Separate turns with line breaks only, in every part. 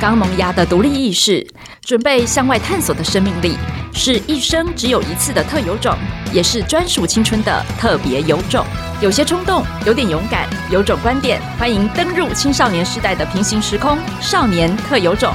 刚萌芽的独立意识，准备向外探索的生命力，是一生只有一次的特有种，也是专属青春的特别有种。有些冲动，有点勇敢，有种观点，欢迎登入青少年时代的平行时空——少年特有种。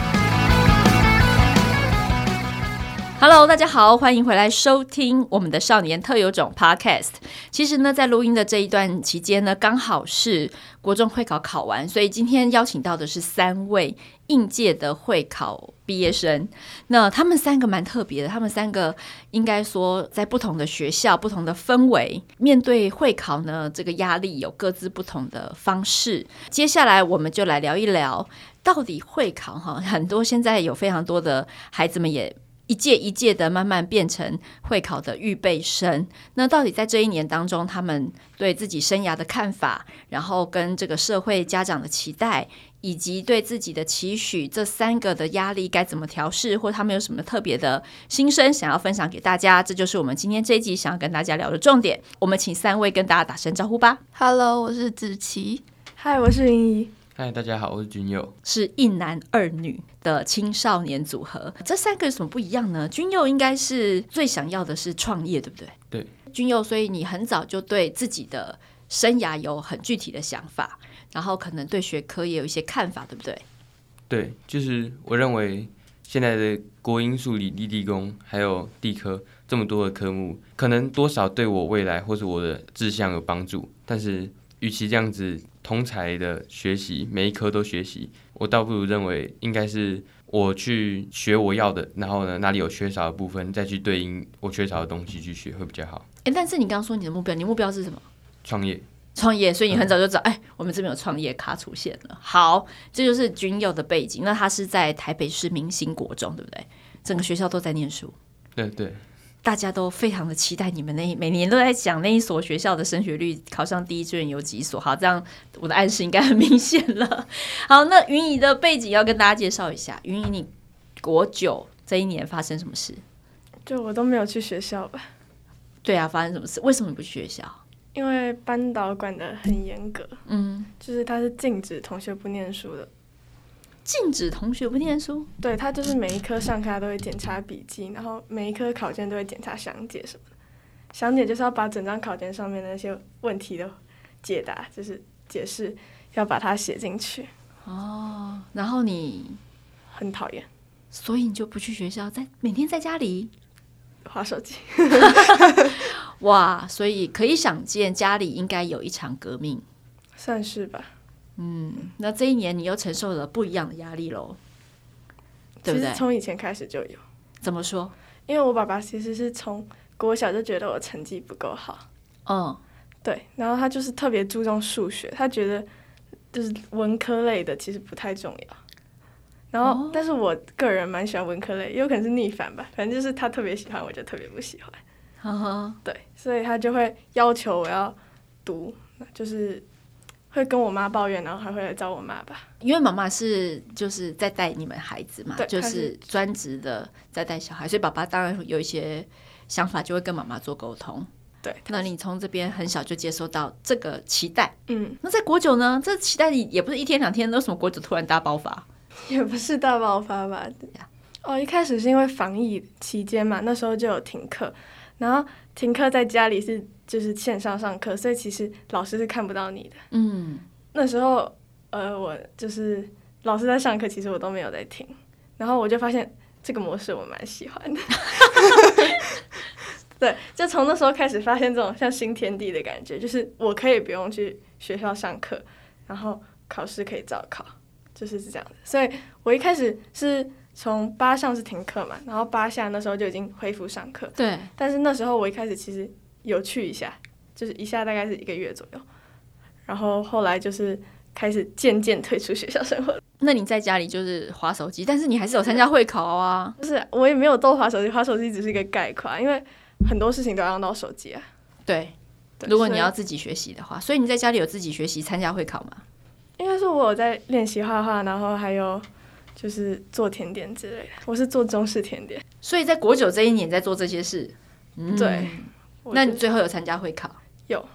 Hello，大家好，欢迎回来收听我们的《少年特有种》Podcast。其实呢，在录音的这一段期间呢，刚好是国中会考考完，所以今天邀请到的是三位应届的会考毕业生。那他们三个蛮特别的，他们三个应该说在不同的学校、不同的氛围，面对会考呢这个压力，有各自不同的方式。接下来我们就来聊一聊，到底会考哈，很多现在有非常多的孩子们也。一届一届的慢慢变成会考的预备生，那到底在这一年当中，他们对自己生涯的看法，然后跟这个社会家长的期待，以及对自己的期许，这三个的压力该怎么调试，或他们有什么特别的心声想要分享给大家？这就是我们今天这一集想要跟大家聊的重点。我们请三位跟大家打声招呼吧。
Hello，我是子琪。
嗨，我是云怡。
嗨，大家好，我是君佑，
是一男二女的青少年组合。这三个有什么不一样呢？君佑应该是最想要的是创业，对不对？
对，
君佑，所以你很早就对自己的生涯有很具体的想法，然后可能对学科也有一些看法，对不对？
对，就是我认为现在的国英数理、地地工还有地科这么多的科目，可能多少对我未来或是我的志向有帮助，但是与其这样子通才的学习，每一科都学习，我倒不如认为应该是我去学我要的，然后呢哪里有缺少的部分，再去对应我缺少的东西去学会比较好。
诶，但是你刚刚说你的目标，你目标是什么？
创业，
创业，所以你很早就知道，哎、我们这边有创业咖出现了。好，这就是君佑的背景。那他是在台北市明星国中，对不对？整个学校都在念书。
对对
大家都非常的期待你们那一每年都在讲那一所学校的升学率考上第一志愿有几所。好，这样我的暗示应该很明显了。 好，那云姨的背景要跟大家介绍一下。云姨，你国九这一年发生什么事？
就我都没有去学校吧，
对啊，发生什么事？为什么你不去学校？
因为班导管得很严格，
嗯，
就是他是禁止同学不念书的。
禁止同学不念书。
对他就是每一科上课他都会检查笔记，然后每一科考卷都会检查详解什么的。详解就是要把整张考卷上面的那些问题的解答，就是解释，要把它写进去，
哦，然后你，
很讨厌。
所以你就不去学校，在每天在家里。
划手机，
哇，所以可以想见，家里应该有一场革命。
算是吧。
那这一年你又承受了不一样的压力喽，对不
其
对
实？从以前开始就有，
怎么说？
因为我爸爸其实是从国小就觉得我成绩不够好。
嗯，
对，然后他就是特别注重数学，他觉得就是文科类的其实不太重要。然后，但是我个人蛮喜欢文科类，也有可能是逆反吧，反正就是他特别喜欢，我就特别不喜欢。
呵呵，
对，所以他就会要求我要读，就是会跟我妈抱怨，然后还会来找我妈吧。
因为妈妈是就是在带你们孩子嘛，
对
就
她
是
是
专职的在带小孩，所以爸爸当然有一些想法，就会跟妈妈做沟通。
对，
那你从这边很小就接收到这个期待，
嗯，
那在国九呢？这期待你也不是一天两天，那为什么国九突然大爆发？
也不是大爆发吧。哦，一开始是因为防疫期间嘛，那时候就有停课，然后停课在家里是就是线上上课，所以其实老师是看不到你的。
嗯，
那时候，呃，我就是老师在上课，其实我都没有在听，然后我就发现这个模式我蛮喜欢的。对，就从那时候开始发现这种像新天地的感觉，就是我可以不用去学校上课，然后考试可以照考，就是这样的。所以我一开始是从八上是停课嘛，然后八下那时候就已经恢复上课，
对，
但是那时候我一开始其实有去一下，就是一下大概是一个月左右，然后后来就是开始渐渐退出学校生活了，
那你在家里就是划手机，但是你还是有参加会考啊。
就是我也没有都划手机，划手机只是一个概括，因为很多事情都要用到手机啊。
对，
对
如果你
所以
要自己学习的话，所以你在家里有自己学习参加会考吗？
应该是我有在练习画画，然后还有就是做甜点之类的，我是做中式甜点，
所以在国九这一年在做这些事。嗯
对，我
那
就
你最后有参加会考？
有。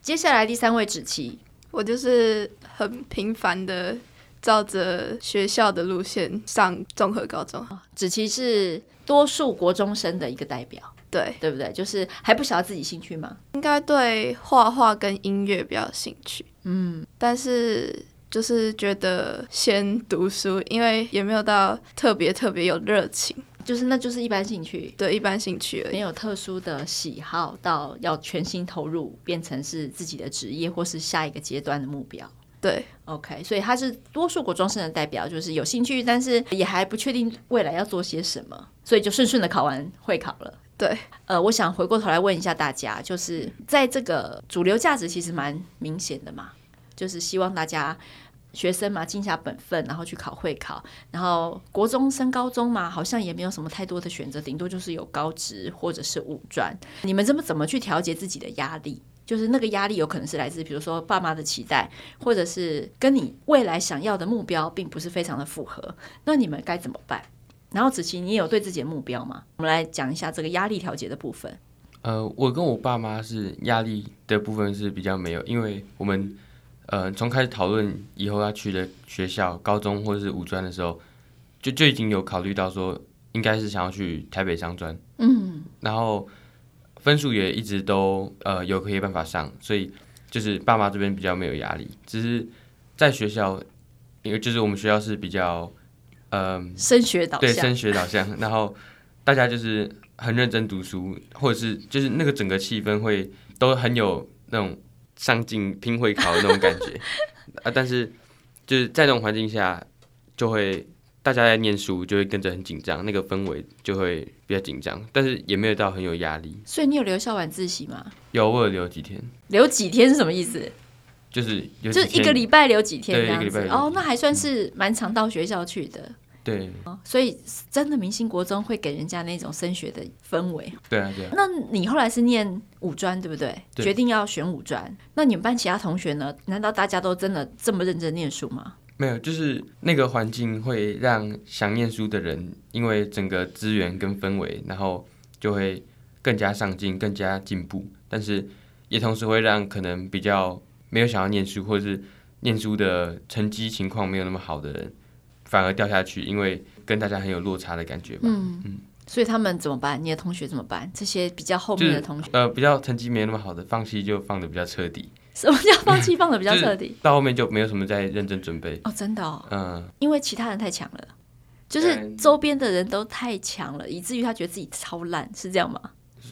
接下来第三位子琪，
我就是很平凡的照着学校的路线上综合高
哦
中。
哦子琪是多数国中生的一个代表，
对，
对不对？就是还不晓得自己兴趣吗？
应该对画画跟音乐比较有兴趣，
嗯，
但是就是觉得先读书，因为也没有到特别特别有热情，
就是那就是一般兴趣，
对一般兴趣而
没
已。
有特殊的喜好到要全心投入，变成是自己的职业或是下一个阶段的目标。
对
OK，所以他是多数国中生的代表，就是有兴趣，但是也还不确定未来要做些什么，所以就顺顺的考完会考了。
对，
呃，我想回过头来问一下大家，就是在这个主流价值其实蛮明显的嘛，就是希望大家学生嘛尽下本分，然后去考会考，然后国中升高中嘛，好像也没有什么太多的选择，顶多就是有高职或者是五专。你们这么怎么去调节自己的压力？就是那个压力有可能是来自，比如说爸妈的期待，或者是跟你未来想要的目标并不是非常的符合，那你们该怎么办？然后子琪，你有对自己的目标吗？我们来讲一下这个压力调节的部分。
呃，我跟我爸妈是压力的部分是比较没有，因为我们呃从开始讨论以后要去的学校，高中或者是五专的时候，就就已经有考虑到说应该是想要去台北商专，嗯，然后分数也一直都呃有可以办法上，所以就是爸妈这边比较没有压力，只是在学校，因为就是我们学校是比较嗯。
升学导
对
向，
升学导向，然后大家就是很认真读书，或者是就是那个整个气氛会都很有那种上进拼会考的那种感觉啊。但是就是在那种环境下，就会大家在念书就会跟着很紧张，那个氛围就会比较紧张，但是也没有到很有压力。
所以你有留校晚自习吗？
有我有留几天，
留几天是什么意思？
就是有
就是
几
一个
天
礼拜留几天
对
这样
一个
子
礼。拜留
哦，那还算是蛮常到学校去的。
对
所以真的明星国中会给人家那种升学的氛围。
对啊对啊，
那你后来是念五专对不对？
对
决定要选五专，那你们班其他同学呢？难道大家都真的这么认真念书吗？
没有，就是那个环境会让想念书的人，因为整个资源跟氛围，然后就会更加上进、更加进步。但是也同时会让可能比较没有想要念书，或者是念书的成绩情况没有那么好的人，反而掉下去，因为跟大家很有落差的感觉吧。
所以他们怎么办？你的同学怎么办？这些比较后面的同学，
呃，比较成绩没有那么好的，放弃就放的比较彻底，
什么叫放弃放的比较
就是
彻底？
到后面就没有什么再认真准备。
哦，真的哦，
嗯、
因为其他人太强了，就是
嗯
周边的人都太强了，以至于他觉得自己超烂，是这样吗？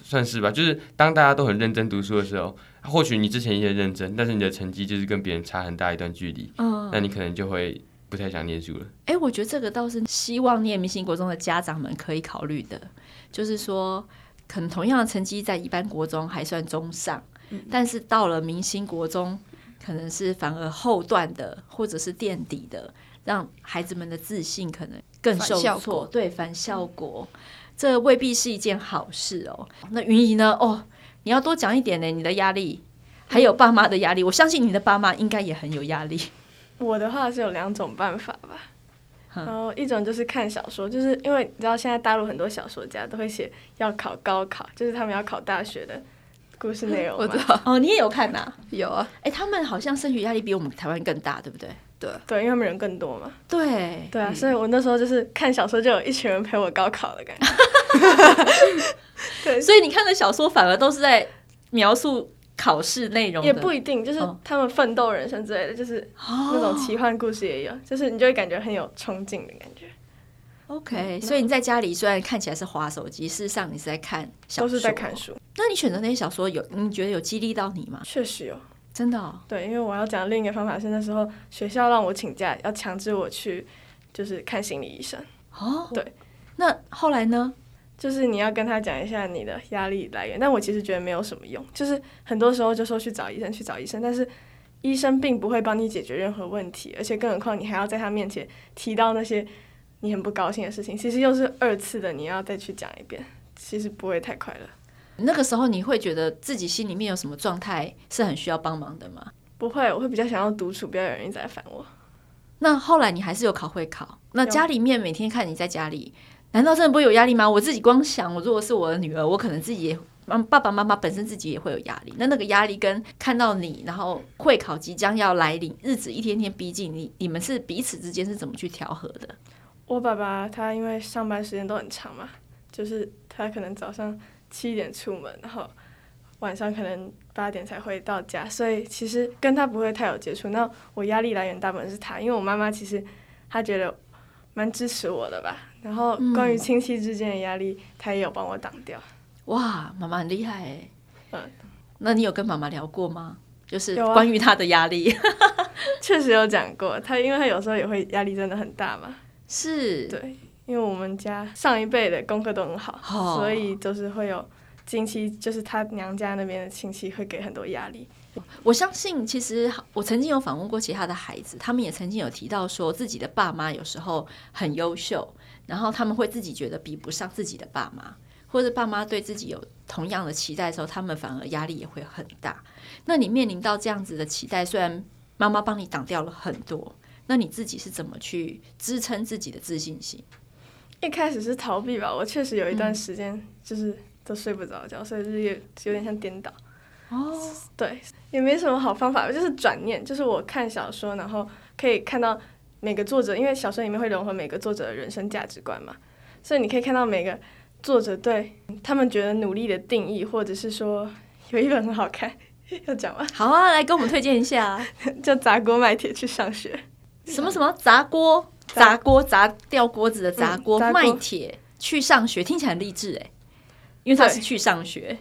算是吧，就是当大家都很认真读书的时候，或许你之前也认真，但是你的成绩就是跟别人差很大一段距离，
嗯，
那你可能就会不太想念书了。
哎、我觉得这个倒是希望念明星国中的家长们可以考虑的，就是说，可能同样的成绩在一般国中还算中上，
嗯
但是到了明星国中，可能是反而后段的或者是垫底的，让孩子们的自信可能更
反
受
效
挫
果，嗯
对反效果，这未必是一件好事哦。那云姨呢？哦，你要多讲一点呢，你的压力。还有爸妈的压力，我相信你的爸妈应该也很有压力。
我的话是有两种办法吧，
嗯
然后一种就是看小说，就是因为你知道现在大陆很多小说家都会写要考高考，就是他们要考大学的故事内容
我
嘛
知。道
哦，你也有看呐、
有啊，
哎、他们好像升学压力比我们台湾更大，对不对？
对，
对，因为他们人更多嘛。
对，
对啊，所以我那时候就是看小说就有一群人陪我高考的感 觉。对，
所以你看的小说反而都是在描述考试内容的，
也不一定，就是
哦
他们奋斗人生之类的，就是
哦
那种奇幻故事也有，就是你就会感觉很有冲劲的感觉，嗯
OK，所以你在家里虽然看起来是划手机，事实上你是在看小
都
说，
是在看。书，
那你选择那些小说有，你觉得有激励到你吗？
确实有。
真的、哦，
对，因为我要讲另一个方法是那时候学校让我请假，要强制我去就是看心理医生，
哦，
对。
那后来呢？
就是你要跟他讲一下你的压力来源。但我其实觉得没有什么用，就是很多时候就说去找医生，去找医生，但是医生并不会帮你解决任何问题，而且更何况你还要在他面前提到那些你很不高兴的事情，其实又是二次的，你要再去讲一遍，其实不会太快乐。
那个时候你会觉得自己心里面有什么状态是很需要帮忙的吗？
不会，我会比较想要独处，不要有人一直在烦我。
那后来你还是有考会考，那
有
家里面每天看你在家里，难道真的不会有压力吗？我自己光想，我如果是我的女儿，我可能自己也嗯，爸爸妈妈本身自己也会有压力。那那个压力跟看到你，然后会考即将要来临，日子一天天逼近，你你们是彼此之间是怎么去调和的？
我爸爸他因为上班时间都很长嘛，就是他可能早上七点出门，然后晚上可能八点才会到家，所以其实跟他不会太有接触。那我压力来源大部分是他，因为我妈妈其实她觉得蛮支持我的吧。然后关于亲戚之间的压力，她也有帮我挡掉。
哇，妈妈很厉害哎。
嗯
那你有跟妈妈聊过吗？就是
有啊
关于她的压 力，
确实有讲过，她因为她有时候也会压力真的很大嘛。
是，
对，因为我们家上一辈的功课都很好，
哦
所以就是会有近期，就是他娘家那边的亲戚会给很多压力。
我相信，其实我曾经有访问过其他的孩子，他们也曾经有提到说，自己的爸妈有时候很优秀，然后他们会自己觉得比不上自己的爸妈，或者爸妈对自己有同样的期待的时候，他们反而压力也会很大。那你面临到这样子的期待，虽然妈妈帮你挡掉了很多，那你自己是怎么去支撑自己的自信心？
一开始是逃避吧，我确实有一段时间就是都睡不着觉，所以日夜有点像颠倒。
哦，
对，也没什么好方法，就是转念，就是我看小说，然后可以看到每个作者，因为小说里面会融合每个作者的人生价值观嘛，所以你可以看到每个作者对他们觉得努力的定义，或者是说有一本很好看， 要讲吗？
好啊，来给我们推荐一下
叫砸锅卖铁去上学，
什么什么砸锅、
砸
砸锅、砸掉锅子的砸
嗯
锅、
砸锅
卖铁去上学，听起来很励志哎，因为他
对
是去上学，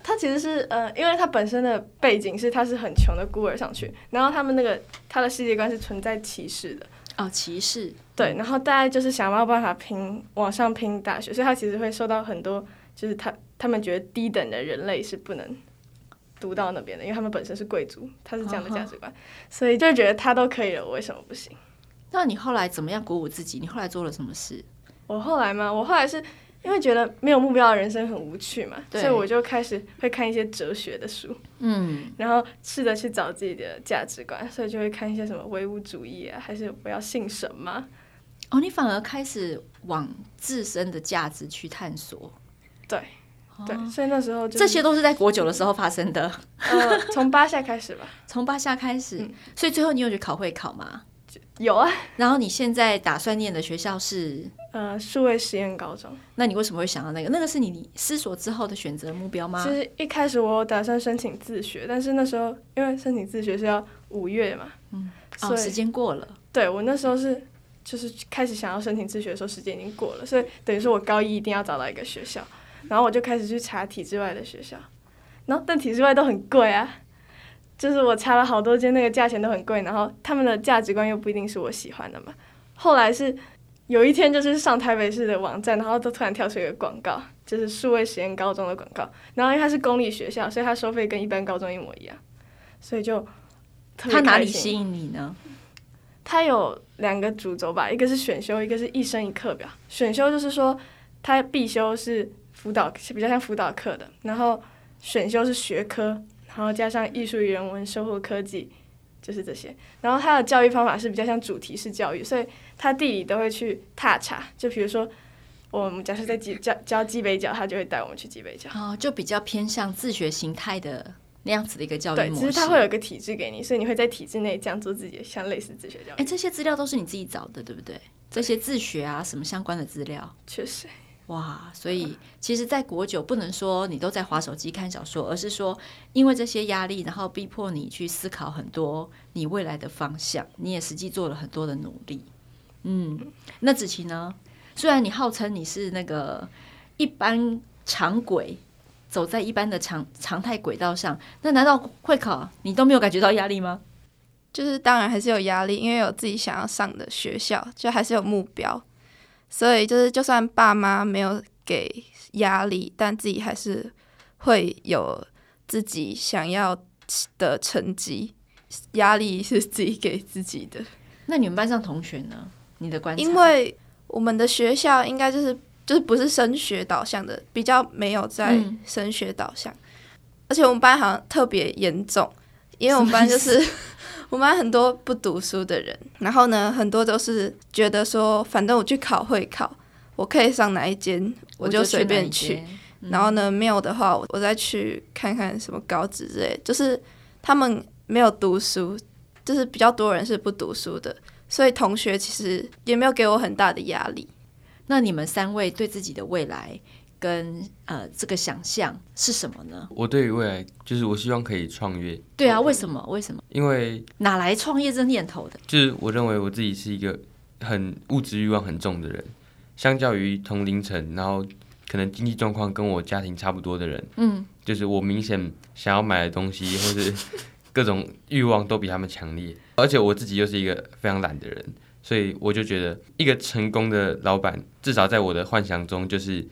他其实是呃，因为他本身的背景是他是很穷的孤儿上去，然后他们那个他的世界观是存在歧视的。
哦，歧视，
对，然后大家就是想要办法拼往上拼大学，所以他其实会受到很多，就是他他们觉得低等的人类是不能读到那边的，因为他们本身是贵族，他是这样的价值观，所以就觉得他都可以了，我为什么不行？
那你后来怎么样鼓舞自己？你后来做了什么事？
我后来嘛，我后来是因为觉得没有目标的人生很无趣嘛，
对
所以我就开始会看一些哲学的书，
嗯，
然后试着去找自己的价值观，所以就会看一些什么唯物主义啊，还是我要信神吗？
哦，你反而开始往自身的价值去探索，
对，对，所以那时候就是
哦这些都是在国九的时候发生的，嗯
呃从八下开始 吧。
从八下开始，所以最后你有去考会考吗？
有啊，
然后你现在打算念的学校是？
呃，数位实验高中。
那你为什么会想到那个？那个是你思索之后的选择目标吗？
其实一开始我有打算申请自学，但是那时候因为申请自学是要五月嘛，
哦，
所
时
以
间过了，
对我那时候是就是开始想要申请自学的时候，时间已经过了，所以等于说我高一一定要找到一个学校，然后我就开始去查体制外的学校，然后但体制外都很贵啊。就是我查了好多间，那个价钱都很贵，然后他们的价值观又不一定是我喜欢的嘛。后来是有一天，就是上台北市的网站，然后都突然跳出一个广告，就是数位实验高中的广告。然后因为它是公立学校，所以它收费跟一般高中一模一样，所以就特别
他哪
开
里
心
吸引你呢？
它有两个主轴吧，一个是选修，一个是一生一课表。选修就是说，它必修是辅导，是比较像辅导课的，然后选修是学科，然后加上艺术与人文、生活科技，就是这些。然后它的教育方法是比较像主题式教育，所以它地理都会去踏查。就比如说，我们假设在基教教基北角，他就会带我们去基北角。
哦，就比较偏向自学形态的那样子的一个教育
对，
模
只
式。
是它会有一个体制给你，所以你会在体制内这样做自己的，像类似自学教
哎，
育。
这些资料都是你自己找的，对不对？这些自学啊，什么相关的资料，
确实，
哇！所以其实，在国九不能说你都在划手机看小说，而是说因为这些压力，然后逼迫你去思考很多你未来的方向，你也实际做了很多的努力。嗯，那子琪呢？虽然你号称你是那个一般常轨，走在一般的常常态轨道上，那难道会考你都没有感觉到压力吗？
就是当然还是有压力，因为有自己想要上的学校，就还是有目标，所以就是就算爸妈没有给压力，但自己还是会有自己想要的成绩，压力是自己给自己的。
那你们班上同学呢？你的观察？
因为我们的学校应该就是就是不是升学导向的，比较没有在
嗯
升学导向，而且我们班好像特别严重，因为我们 班就是我们班很多不读书的人，然后呢，很多都是觉得说，反正我去考会考，我可以上哪一间
我
就
去
随
哪
便
一
去，
间
然后呢，没有的话，我再去看看什么高职之类，就是他们没有读书，就是比较多人是不读书的，所以同学其实也没有给我很大的压力。
那你们三位对自己的未来跟呃这个想象是什么呢？
我对于未来就是我希望可以创业，
对啊，为什么？为什么？
因为
哪来创业这念头的？
就是我认为我自己是一个很物质欲望很重的人，相较于同龄层，然后可能经济状况跟我家庭差不多的人，
嗯，
就是我明显想要买的东西或是各种欲望都比他们强烈，而且我自己又是一个非常懒的人，所以我就觉得一个成功的老板，至少在我的幻想中就是，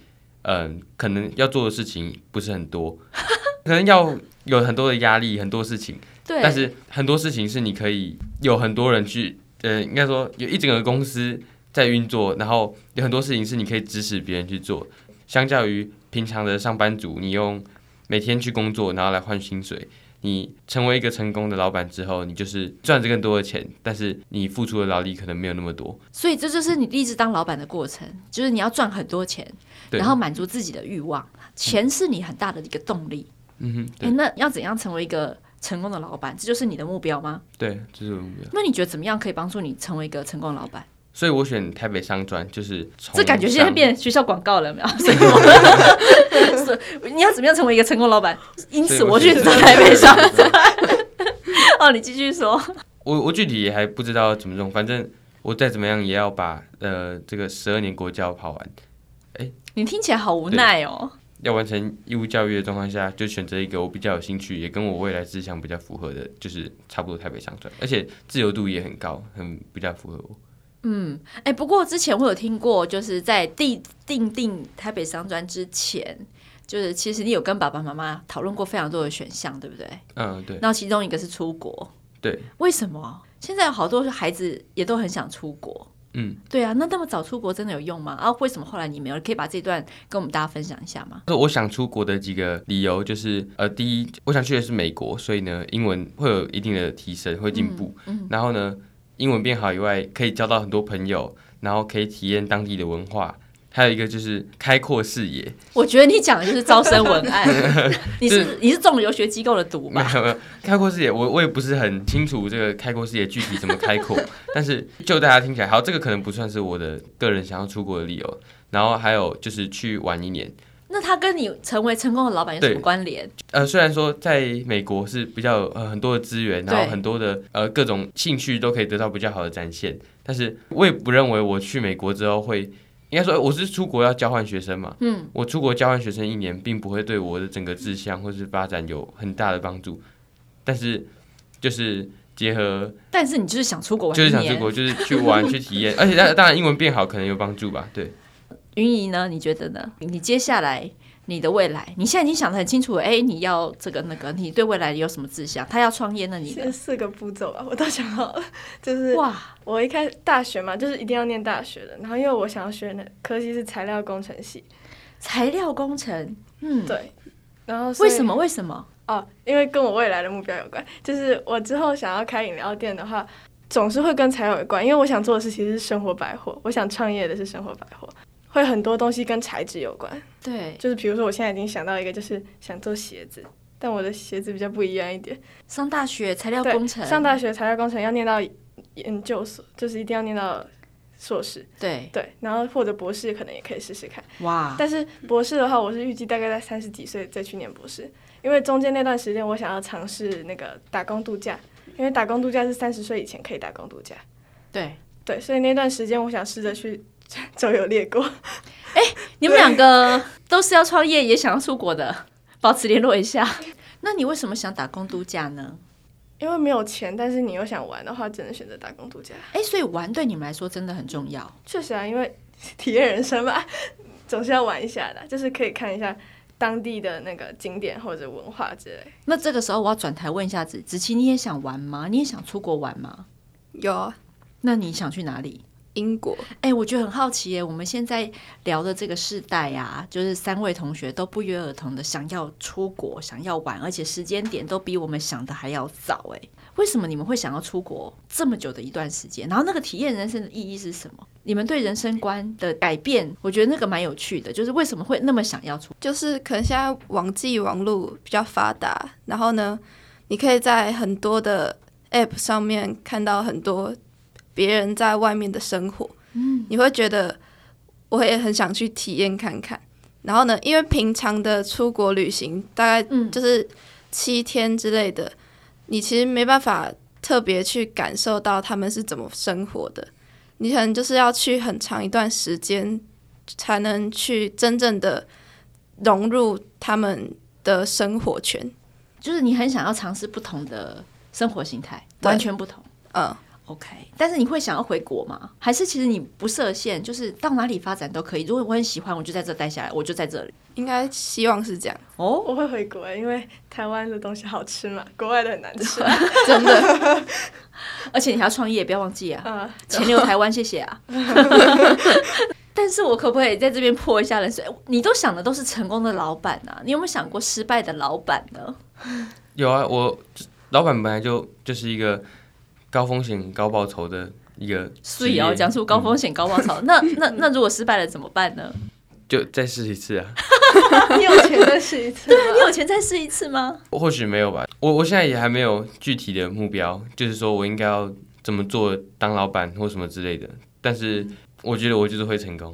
嗯、可能要做的事情不是很多，可能要有很多的压力，很多事情。
对，
但是很多事情是你可以有很多人去，呃，应该说有一整个公司在运作，然后有很多事情是你可以指使别人去做。相较于平常的上班族，你用每天去工作，然后来换薪水。你成为一个成功的老板之后，你就是赚着更多的钱，但是你付出的劳力可能没有那么多。
所以这就是你一直当老板的过程，就是你要赚很多钱，
对，
然后满足自己的欲望，钱是你很大的一个动力。
嗯哼，
诶
对
那要怎样成为一个成功的老板？这就是你的目标吗？
对，这是我的目标。
那你觉得怎么样可以帮助你成为一个成功的老板？
所以我选台北商专，就是从
这感觉现在
上
变学校广告了，有没有？ 所以我 所以你要怎么样成为一个成功老板？因此我去
所以我选
台北上专。 哦，你继续说。
我我具体也还不知道怎么弄，反正我再怎么样也要把呃这个十二年国教跑完。
你听起来好无奈哦。
要完成义务教育的状况下，就选择一个我比较有兴趣，也跟我未来志向比较符合的，就是差不多台北商专，而且自由度也很高，很比较符合我。
哎，不过之前我有听过，就是在定定定台北商专之前，就是其实你有跟爸爸妈妈讨论过非常多的选项，对不对？
嗯，对
那其中一个是出国，
对，
为什么现在有好多孩子也都很想出国？
嗯，
对啊，那那么早出国真的有用吗？啊，为什么后来你没有？可以把这段跟我们大家分享一下吗？
那我想出国的几个理由就是，呃，第一，我想去的是美国，所以呢，英文会有一定的提升，会进步。然后呢，英文变好以外，可以交到很多朋友，然后可以体验当地的文化。还有一个就是开阔视野，
我觉得你讲的就是招生文 案，你是你是中了游学机构的毒
没
吧？
有没有，开阔视野，我我也不是很清楚这个开阔视野具体怎么开阔，但是就大家听起来，好，这个可能不算是我的个人想要出国的理由。然后还有就是去玩一年，
那他跟你成为成功的老板有什么
对
关联？
呃，虽然说在美国是比较有呃很多的资源，然后
对
很多的呃各种兴趣都可以得到比较好的展现，但是我也不认为我去美国之后会，应该说我是出国要交换学生嘛，
嗯，
我出国交换学生一年，并不会对我的整个志向或是发展有很大的帮助，但是就是结合
但是你就是想出国玩
就是
一
想出
年。
国，就是去玩去体验，而且当当然英文变好可能有帮助吧，对。
云姨呢？你觉得呢？你接下来你的未来，你现在已经想得很清楚了，哎，你要这个那个，你对未来有什么志向？他要创业，那你
先
呢？
四个步骤吧， 我都想好了。就是
哇，
我一开大学嘛，就是一定要念大学的。然后因为我想要学的科系是材料工程系，
材料工程，嗯，
对。然后所
为
以
什么？为什么？
哦，因为跟我未来的目标有关。就是我之后想要开饮料店的话，总是会跟材料有关，因为我想做的事情是生活百货，我想创业的是生活百货，会很多东西跟材质有关。
对，
就是比如说，我现在已经想到一个，就是想做鞋子，但我的鞋子比较不一样一点。
上大学材料
对，
工程，
上大学材料工程要念到研究所，就是一定要念到硕士，
对，
对，然后或者博士可能也可以试试看。
哇，
但是博士的话，我是预计大概在三十几岁再去念博士，因为中间那段时间我想要尝试那个打工度假，因为打工度假是三十岁以前可以打工度假，
对，
对，所以那段时间我想试着去 周游列国。
你们两个都是要创业也想要出国的， 保持联络一下。那你为什么想打工度假呢？
因为没有钱，但是你又想玩的话，只能选择打工度假。
哎，所以玩对你们来说真的很重要。
确实啊，因为体验人生嘛，总是要玩一下的，就是可以看一下当地的那个景点或者文化之类。
那这个时候我要转台问一下子子琪，你也想玩吗？你也想出国玩吗？
有啊
那你想去哪里？
英国，
哎、我觉得很好奇耶，我们现在聊的这个世代啊，就是三位同学都不约而同的想要出国，想要玩，而且时间点都比我们想的还要早。哎，为什么你们会想要出国这么久的一段时间？然后那个体验人生的意义是什么？你们对人生观的改变，我觉得那个蛮有趣的，就是为什么会那么想要出？
就是可能现在网际网络比较发达，然后呢，你可以在很多的 App 上面看到很多别人在外面的生活，嗯，你会觉得我也很想去体验看看。然后呢，因为平常的出国旅行大概
嗯
就是七天之类的，你其实没办法特别去感受到他们是怎么生活的，你可能就是要去很长一段时间才能去真正的融入他们的生活圈。
就是你很想要尝试不同的生活形态，
对
完全不同。
嗯，
OK，但是你会想要回国吗？还是其实你不设限，就是到哪里发展都可以？如果我很喜欢，我就在这待下来，我就在这里。
应该希望是这样，
哦，
我会回国，因为台湾的东西好吃嘛，国外的很难吃。
真的。
而且你还要创业，不要忘记啊。
嗯，
钱留台湾，谢谢啊。但是我可不可以在这边泼一下冷水？你都想的都是成功的老板啊，你有没有想过失败的老板呢？
有啊，我老板本来就就是一个高风险高报酬的一个
所
职业，
以要讲出高风
嗯、
险高报酬，那那那如果失败了怎么办呢？
就再试一次啊，
你有钱再试一次。
你有钱再试一次吗？
或许没有吧。我我现在也还没有具体的目标，就是说我应该要怎么做当老板或什么之类的。但是
嗯
我觉得我就是会成功，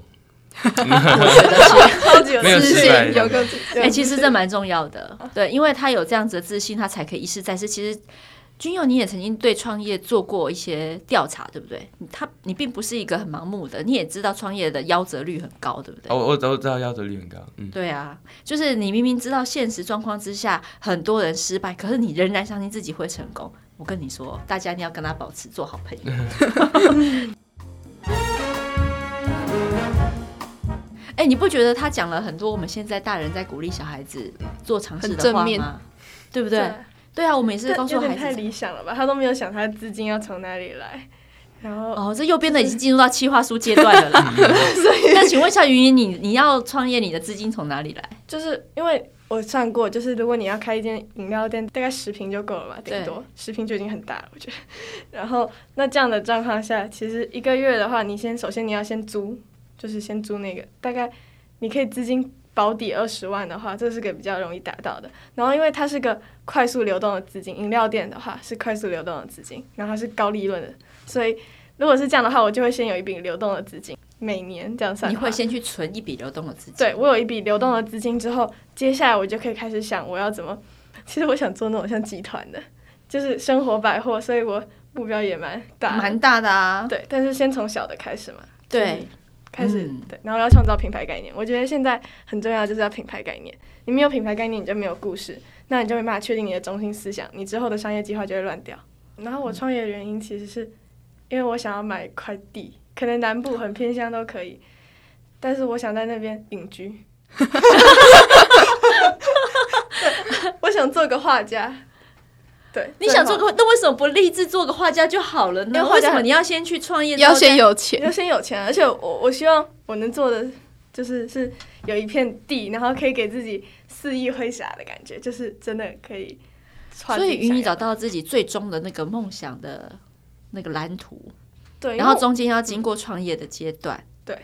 超
啊
级有
没有
自
失
信，
败
有个
哎、其实这蛮重要的，对，因为他有这样子的自信，他才可以一试再试。其实君佑，你也曾经对创业做过一些调查，对不对？他你并不是一个很盲目的，你也知道创业的夭折率很高，对不对？
哦，我我我知道要求率很高，嗯，
对啊，就是你明明知道现实状况之下很多人失败，可是你仍然相信自己会成功。我跟你说，大家一定要跟他保持做好朋友。 哎、你不觉得他讲了很多我们现在大人在鼓励小孩子做尝试
很
的
正
话
面
吗？对不
对
对？ 对啊，我每次
但
告诉
有点
孩
太
子。
理想了吧？他都没有想他资金要从哪里来，然后
哦，这右边的已经进入到企划书阶段了啦。那请问一下云云，你你要创业，你的资金从哪里来？
就是因为我算过，就是如果你要开一间饮料店，大概十瓶就够了吧，
对
顶多十瓶就已经很大了，我觉得。然后那这样的状况下，其实一个月的话，你先首先你要先租，就是先租那个，大概你可以资金保底二十万的话，这是个比较容易达到的。然后因为它是个快速流动的资金，饮料店的话是快速流动的资金，然后它是高利润的，所以如果是这样的话，我就会先有一笔流动的资金，每年这样算
你
的话。
会先去存一笔流动的资金？
对我有一笔流动的资金之后，接下来我就可以开始想我要怎么。其实我想做那种像集团的，就是生活百货，所以我目标也蛮大的，
蛮大的啊。
对。但是先从小的开始嘛，
对，
开始、
嗯
对，然后要创造品牌概念。我觉得现在很重要就是要品牌概念，你没有品牌概念，你就没有故事，那你就没办法确定你的中心思想，你之后的商业计划就会乱掉。然后
嗯
我创业的原因其实是因为我想要买一块地，可能南部很偏乡都可以，但是我想在那边隐居。 对我想做个画家。对，
你想
做
做个，那为什么不立志做哎个画家就好了
因
呢？
为
为
画
什
家
么你要先去创业？
要先
有
有
要
钱，
先有钱，啊而且我我希望我能做的就是是有一片地，然后可以给自己肆意挥洒的感觉，就是真的可以画自
所
己想要的。
以云你找到自己最终的那个梦想的那个蓝图，
对，
然后
因为
中间要经过创业的阶段。
对，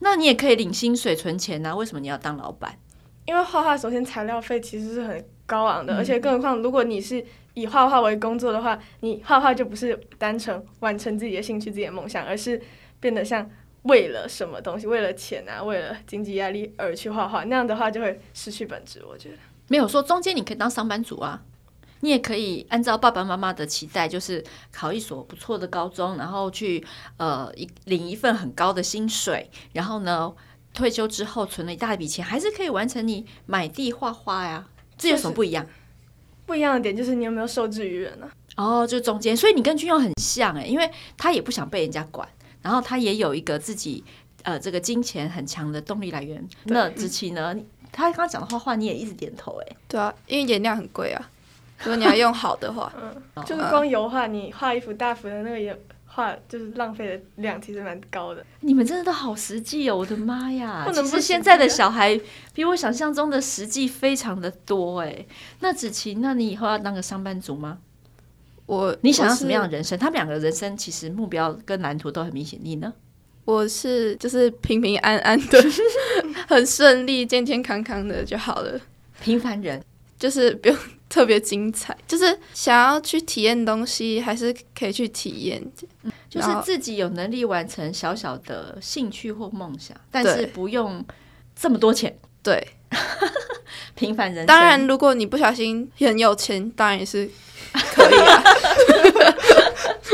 那你也可以领薪水存钱啊，为什么你要当老板？
因为画画首先材料费其实是很高昂的，而
嗯
且更何况如果你是以画画为工作的话，你画画就不是单纯完成自己的兴趣、自己的梦想，而是变得像为了什么东西，为了钱啊，为了经济压力而去画画，那样的话就会失去本质。我觉得
没有说中间你可以当上班族啊，你也可以按照爸爸妈妈的期待，就是考一所不错的高中，然后去呃一领一份很高的薪水，然后呢退休之后存了一大笔钱，还是可以完成你买地画画呀，这有什么不一样？
不一样的点就是你有没有受制于人啊呢、
哦，就中间，所以你跟君佑很像哎，因为他也不想被人家管，然后他也有一个自己呃这个金钱很强的动力来源。
对
那子琪呢，你他刚刚讲的画画你也一直点头哎，
对啊，因为颜料很贵啊。如果你要用好的 话，
就是光油画，你画一幅大幅的那个也画，就是浪费的量其实蛮高的。
你们真的都好实际哦，我的妈呀！
不能
其
不
实
实
现
际
在的
啊
小孩比我想象中的实际非常的多哎。那子琪，那你以后要当个上班族吗？
我
你想要什
我
么
是
样的人生？他们两个人生其实目标跟蓝图都很明显，你呢？
我是就是平平安安的， 很顺利、健健康康的就好了，
平凡人，
就是不用特别精彩，就是想要去体验东西，还是可以去体验。
就是
然后
自己有能力完成小小的兴趣或梦想，但
对
是不用这么多钱，
对，
平凡人生
当然如果你不小心很有钱，当然也是可以啊。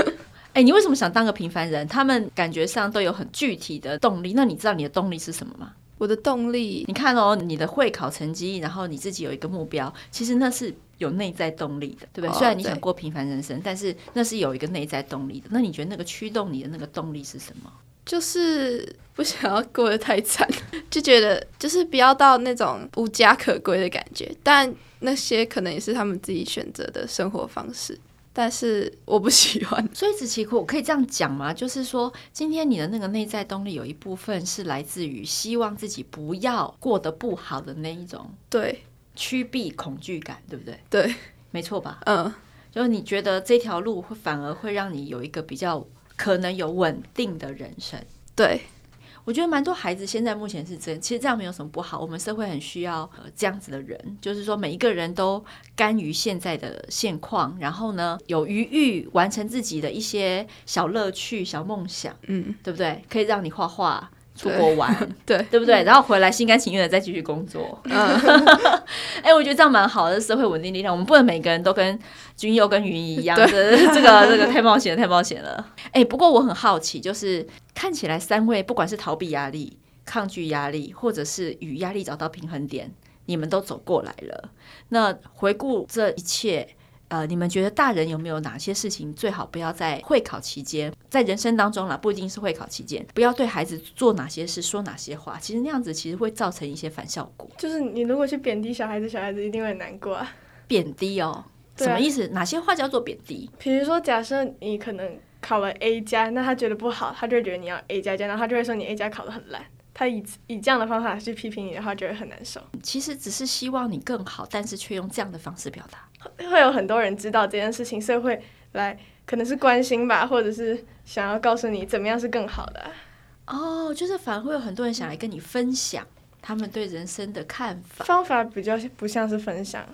哎、你为什么想当个平凡人？他们感觉上都有很具体的动力。那你知道你的动力是什么吗？
我的动力
你看哦，你的会考成绩，然后你自己有一个目标，其实那是有内在动力的，对不对？
哦
虽然你想
对
过平凡人生，但是那是有一个内在动力的。那你觉得那个驱动你的那个动力是什么？
就是不想要过得太惨， 就觉得就是不要到那种无家可归的感觉。但那些可能也是他们自己选择的生活方式，但是我不喜欢。
所以子琪，我可以这样讲吗？就是说，今天你的那个内在动力有一部分是来自于希望自己不要过得不好的那一种
对
趋避恐惧感，对不对？
对，
没错吧？
嗯，
就是你觉得这条路会反而会让你有一个比较可能有稳定的人生。
对
我觉得蛮多孩子现在目前是这样，其实这样没有什么不好。我们社会很需要、呃、这样子的人，就是说每一个人都甘于现在的现况，然后呢有余裕完成自己的一些小乐趣、小梦想，
嗯，
对不对？可以让你画画、出
对
国玩，
对，嗯
对不对？然后回来心甘情愿的再继续工作。 哎、我觉得这样蛮好的，社会稳定力量。我们不能每个人都跟军佑跟云姨一样，这
对
这个这个太冒险了，太冒险了。哎、不过我很好奇，就是看起来三位不管是逃避压力、抗拒压力，或者是与压力找到平衡点，你们都走过来了。那回顾这一切。呃，你们觉得大人有没有哪些事情最好不要在会考期间，在人生当中啦，不一定是会考期间，不要对孩子做哪些事、说哪些话？其实那样子其实会造成一些反效果。
就是你如果去贬低小孩子，小孩子一定会很难过啊。
贬低哦。
对
什
啊
么意思？哪些话叫做贬低？
比如说，假设你可能考了 A 加，那他觉得不好，他就会觉得你要 A 加加，然后他就会说你 A 加考得很烂。他以以这样的方法去批评你的话，就会很难受。
其实只是希望你更好，但是却用这样的方式表达。
会有很多人知道这件事情，所以会来可能是关心吧，或者是想要告诉你怎么样是更好的啊、
哦，就是反而会有很多人想来跟你分享他们对人生的看法，
方法比较不像是分享，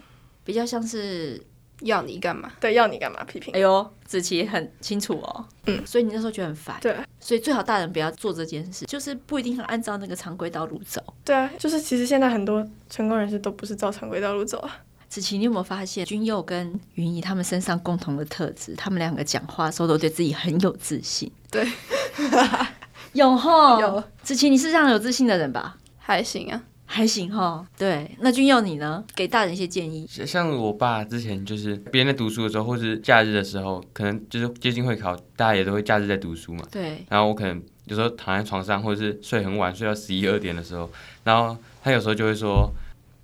比较像是
要你干嘛？
对，要你干嘛批评
哎？呦，子琪很清楚哦，嗯，所以你那时候觉得很烦，
对
所以最好大人不要做这件事，就是不一定要按照那个常规道路走。
对啊，就是其实现在很多成功人士都不是照常规道路走啊。
子琪，你有没有发现君佑跟云姨他们身上共同的特质？他们两个讲话的时候都对自己很有自信。
对，
有吼。
有。
子琪，你是这样有自信的人吧？
还行啊，
还行哈。对，那君佑你呢？给大人一些建议。
像像我爸之前就是别人在读书的时候，或是假日的时候，可能就是接近会考，大家也都会假日在读书嘛。
对，
然后我可能有时候躺在床上，或者是睡很晚，睡到十一二点的时候，然后他有时候就会说：“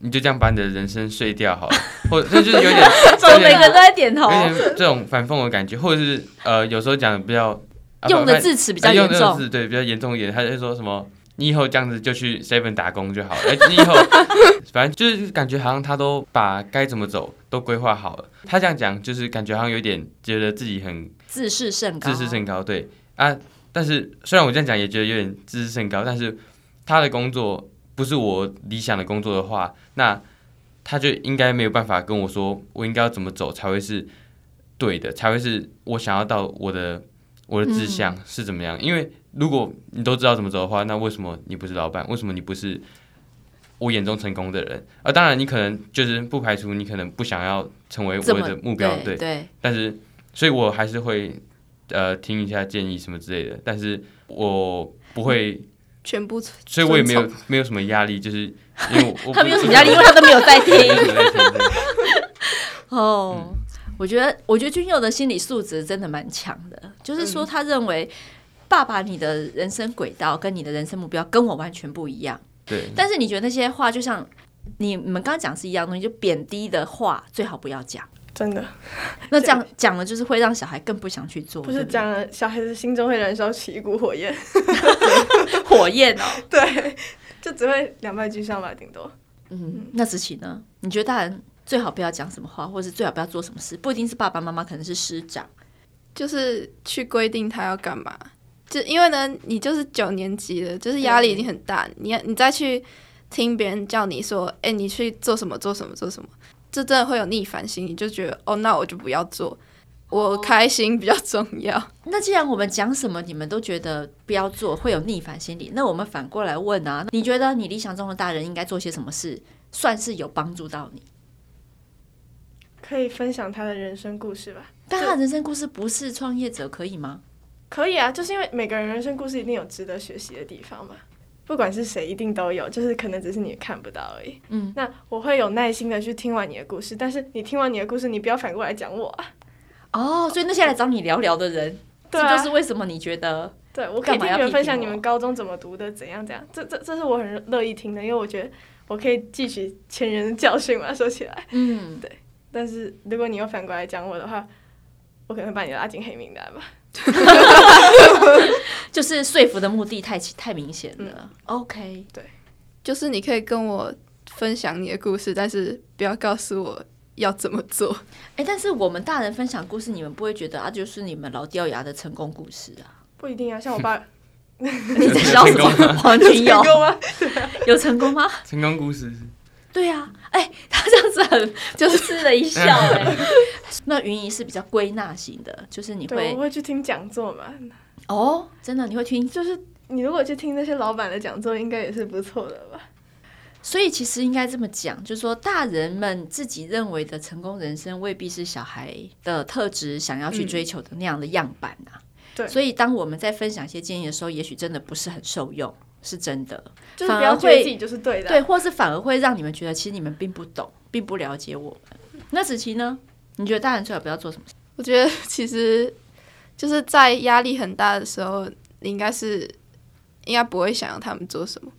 你就这样把你的人生睡 掉好了。”或者这就是有点
怎么
有
每
点
个人都在 点头
有？点这种反讽的感觉，或者是呃有时候讲得比较、啊
用的
反
字词比较
哎
严
用的
重。
字对比较严重一点，他就说什么。你以后这样子就去 Seven 打工就好 了。哎、你以后反正就是感觉好像他都把该怎么走都规划好了。他这样讲就是感觉好像有点觉得自己很
自视甚高。
自视甚高，对啊。但是虽然我这样讲也觉得有点自视甚高，但是他的工作不是我理想的工作的话，那他就应该没有办法跟我说我应该要怎么走才会是对的，才会是我想要到我的我的志向
嗯
是怎么样。因为如果你都知道怎么走的话，那为什么你不是老板？为什么你不是我眼中成功的人？啊，当然你可能就是不排除你可能不想要成为我
这么
的目标，对
对。对
但是，所以我还是会呃听一下建议什么之类的，但是我
嗯
不会，
全部
所以我也没有
遵
没有什么压力，就是 因为我
他们有什么压力？因为他都没有在听。哦，
嗯
我觉得，我觉得君佑的心理素质真的蛮强的，就是
嗯
说他认为。爸爸，你的人生轨道跟你的人生目标跟我完全不一样，
对，
嗯
但是你觉得那些话就像你你们刚刚讲是一样的东西，就贬低的话最好不要讲。
真的
那这样讲了，就是会让小孩更不想去做，
不是
对对
讲了，小孩子心中会燃烧起一股 火焰，
火焰 哦。
对，就只会两败俱伤吧，顶多。
嗯，那子琪呢？你觉得大人最好不要讲什么话，或是最好不要做什么事？不一定是爸爸妈妈，可能是师长。
就是去规定他要干嘛，就因为呢，你就是九年级了，就是压力已经很大，你你再去听别人叫你说，哎、你去做什么做什么做什么，这真的会有逆反心理，就觉得哦，那我就不要做，我开心比较重要。
那既然我们讲什么，你们都觉得不要做，会有逆反心理，那我们反过来问啊，你觉得你理想中的大人应该做些什么事，算是有帮助到你？
可以分享他的人生故事吧？
但他的人生故事不是创业者，可以吗？
可以啊，就是因为每个人人生故事一定有值得学习的地方嘛，不管是谁，一定都有，就是可能只是你看不到而已。
嗯，
那我会有耐心的去听完你的故事，但是你听完你的故事，你不要反过来讲我啊。
哦，所以那些来找你聊聊的人，
对
这
啊，
就是为什么你觉 得
对我可
干
以
嘛
听
要
你们
批
分
评
享
我
你们高中怎么读的，怎样怎样，这这这是我很乐意听的，因为我觉得我可以汲取前人的教训嘛，说起来。
嗯，
但是如果你又反过来讲我的话，我可能会把你拉进黑名单吧。
就是说服的目的太太明显
嗯
了。OK，
就是你可以跟我分享你的故事，但是不要告诉我要怎么做。
哎，但是我们大人分享故事，你们不会觉得啊，就是你们老掉牙的成功故事 啊？
不一定啊，像 我爸
你在笑什么？黄君
有
友
过吗？
有成功吗？
成功故事，
对呀、哎、 他这样子很就是了一笑哎、那云姨是比较归纳型的，就是你
对，
会
我会去听讲座嘛，
哦，真的你会听，
就是你如果去听那些老板的讲座，应该也是不错的吧？
所以其实应该这么讲，就是说大人们自己认为的成功人生，未必是小孩的特质想要去追求的那样的样板啊。
嗯对
所以当我们在分享一些建议的时候，也许真的不是很受用，是真的。
就是
反
不
而
要觉得
会
自己就是对的啊、
对，或是反而会让你们觉得，其实你们并不懂，并不了解我们。那子琪呢？你觉得大人最好不要做什么？
我觉得其实就是在压力很大的时候，你应该是应该不会想要他们做什么，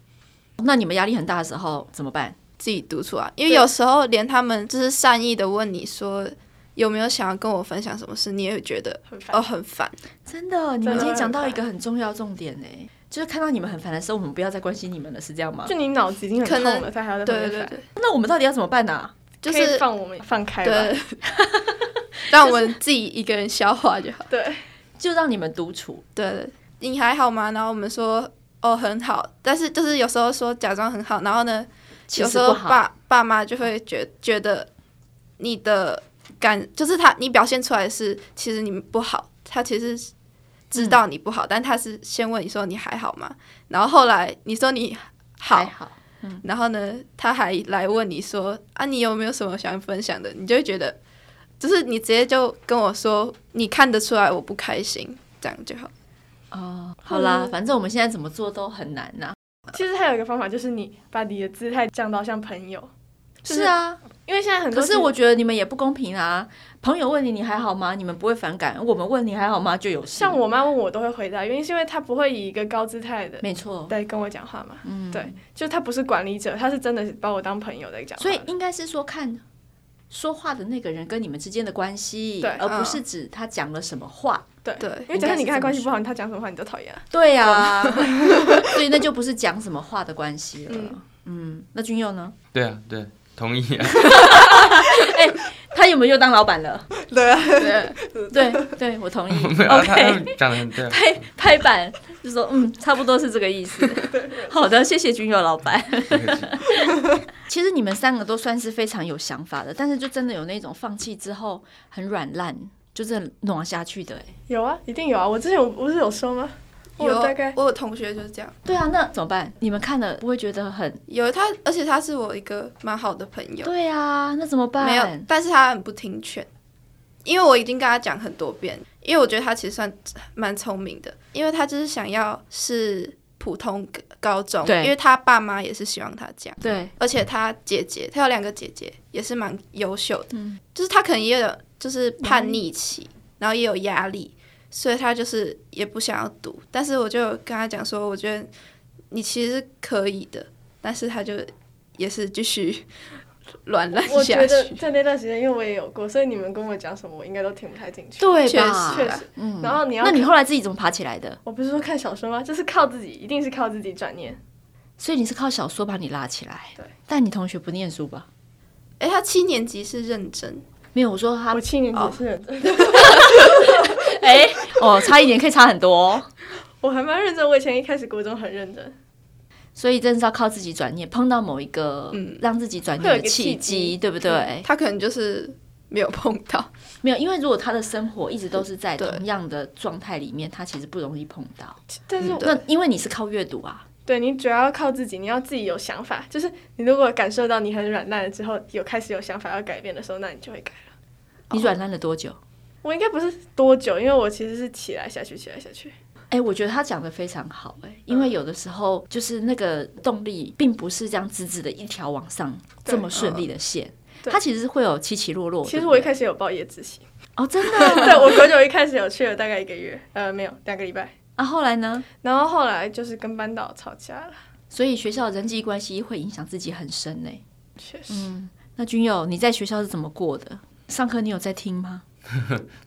那你们压力很大的时候怎么办？
自己独处啊。因为
对
有时候连他们就是善意的问你说有没有想要跟我分享什么事，你也会觉得
很烦
哦很烦。
真的，你们
真的
今天讲到
很
一个很重要重点哎、就是看到你们很烦的时候，我们不要再关心你们了，是这样吗？
就你脑子已经很
可
痛
能
哦
了，他还要再
对
回来
对对
烦，
对，
那我们到底要怎么办呢、啊？
就
可以
是
放我们放开吧。
对， 让我们自己一个人消化就好。
对，
就让你们独处。
对对，你还好吗？然后我们说哦很好，但是就是有时候说假装很好，然后呢，
其
有
实
时
不
候
好，
爸爸妈就会觉觉得你的感就是他你表现出来是其实你不好，他其实是知道你不好，但他是先问你说你还好吗？然后后来你说你
还
好，
好。
然后呢他还来问你说啊你有没有什么想分享的？你就会觉得就是你直接就跟我说你看得出来我不开心，这样就好。
哦，好啦，反正我们现在怎么做都很难呐、
其实还有一个方法，就是你把你的姿态降到像朋友，就是
是啊，
因为现在很多
可是我觉得你们也不公平啊。朋友问你你还好吗？你们不会反感；我们问你还好吗，就有事。
像我妈问我都会回答，原因是因为她不会以一个高姿态的
没错，
在跟我讲话嘛，
嗯，
对，就她不是管理者，她是真的是把我当朋友在讲话
所
的，
以应该是说看说话的那个人跟你们之间的关系
对，
而不
嗯
是指他讲了什么话。
对
因为假设你跟她关系不好，她讲什么话你都讨厌啊，
对啊， 所以那就不是讲什么话的关系了。嗯
嗯
那君佑呢？
对啊，对，同意 啊，
他有没有又当老板了？
对啊，
对，
对 对，我同意。
没有啊，他
OK，
们讲的很对啊，
拍拍板就说嗯，差不多是这个意思。好的，谢谢君佑老板。
不客气
其实你们三个都算是非常有想法的，但是就真的有那种放弃之后很软烂，就是很暖下去的。哎，
有啊，一定有啊，我之前我不是有说吗？
啊
我
有
哦 大概
我有同学就是这样，
对啊，那怎么办？你们看了不会觉得很
有他，而且他是我一个蛮好的朋友，
对啊？那怎么办？
没有，但是他很不听劝，因为我已经跟他讲很多遍，因为我觉得他其实算蛮聪明的，因为他就是想要是普通高中，
对
因为他爸妈也是希望他这样，
对，
而且他姐姐，他有两个姐姐，也是蛮优秀的，
嗯
就是他可能也有就是叛逆期，然后也有压力，所以他就是也不想要读。但是我就跟他讲说，我觉得你其实是可以的，但是他就也是继续 软烂
我
下
觉得
去。
在那段时间，因为我也有过，所以你们跟我讲什么，我应该都听不太进去。
对
确
吧？
实
确实，然后你
嗯
要
那，你后来自己怎么爬起来的？
我不是说看小说吗？就是靠自己，一定是靠自己转念。
所以你是靠小说把你拉起来，
对。
但你同学不念书吧？
哎，他七年级是认真，
没有，我说他
我七年级是认真，
哎、哦，差一点可以差很多、哦。
我还蛮认真，我以前一开始国中很认真，
所以真的是要靠自己转念，碰到某一个
嗯
让自己转
会有
念
一
的
个
契
契
机，嗯
机
对不对？
他可能就是没有碰到，
没有，因为如果他的生活一直都是在
对
同样的状态里面，他其实不容易碰到。
但是我
那因为你是靠阅读啊，
对你主要要靠自己，你要自己有想法。就是你如果感受到你很软烂了之后，有开始有想法要改变的时候，那你就会改了。
你软烂了多久？
我应该不是多久，因为我其实是起来下去，起来下去。
哎、我觉得他讲的非常好、哎，因为有的时候就是那个动力并不是这样直直的一条往上
对
这么顺利的线，
对
它其实是会有起起落落。
其
对
实
不
我一
对
开始有报夜自习，
哦，真的
对我国九一开始有去了大概一个月，呃，没有两个礼拜。
啊，后来呢？
然后后来就是跟班导吵架了，
所以学校的人际关系会影响自己很深呢、哎
确实。
那君友，你在学校是怎么过的？上课你有在听吗？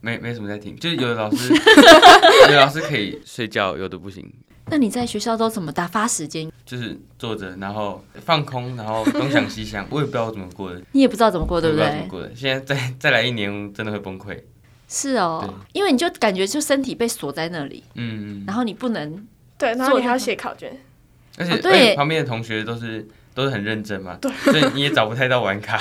没没什么在听，就是有的老 师，有的老师可以睡觉，有的不行，
那你在学校都怎么打发时间？
就是坐着，然后放空，然后东想西 想，我也不知道我怎么过的，
你也不知道怎么过，对
我也
不
不知道怎么
对？
过的。现在再再来一年，真的会崩溃。
是哦，因为你就感觉就身体被锁在那里，
嗯，
然后你不能
对，然后
做
你还要
任何
写考卷，
而且、
哦对
而且旁边的同学都是都是很认真嘛，所以你也找不太到 玩卡，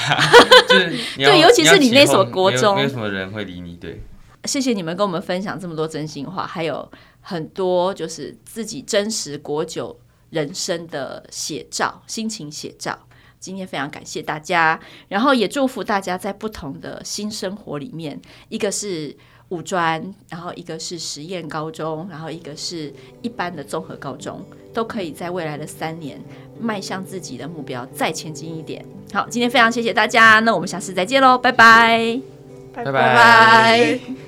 就是你要
对尤其是
要起
你那所
哄
国
没有
中
没有什么人会理你，对，
谢谢你们跟我们分享这么多真心话，还有很多就是自己真实国酒人生的写照、心情写照。今天非常感谢大家，然后也祝福大家在不同的新生活里面，一个是五专，然后一个是实验高中，然后一个是一般的综合高中，都可以在未来的三年迈向自己的目标，再前进一点。好，今天非常谢谢大家，那我们下次再见喽，拜拜。
拜
拜
拜
拜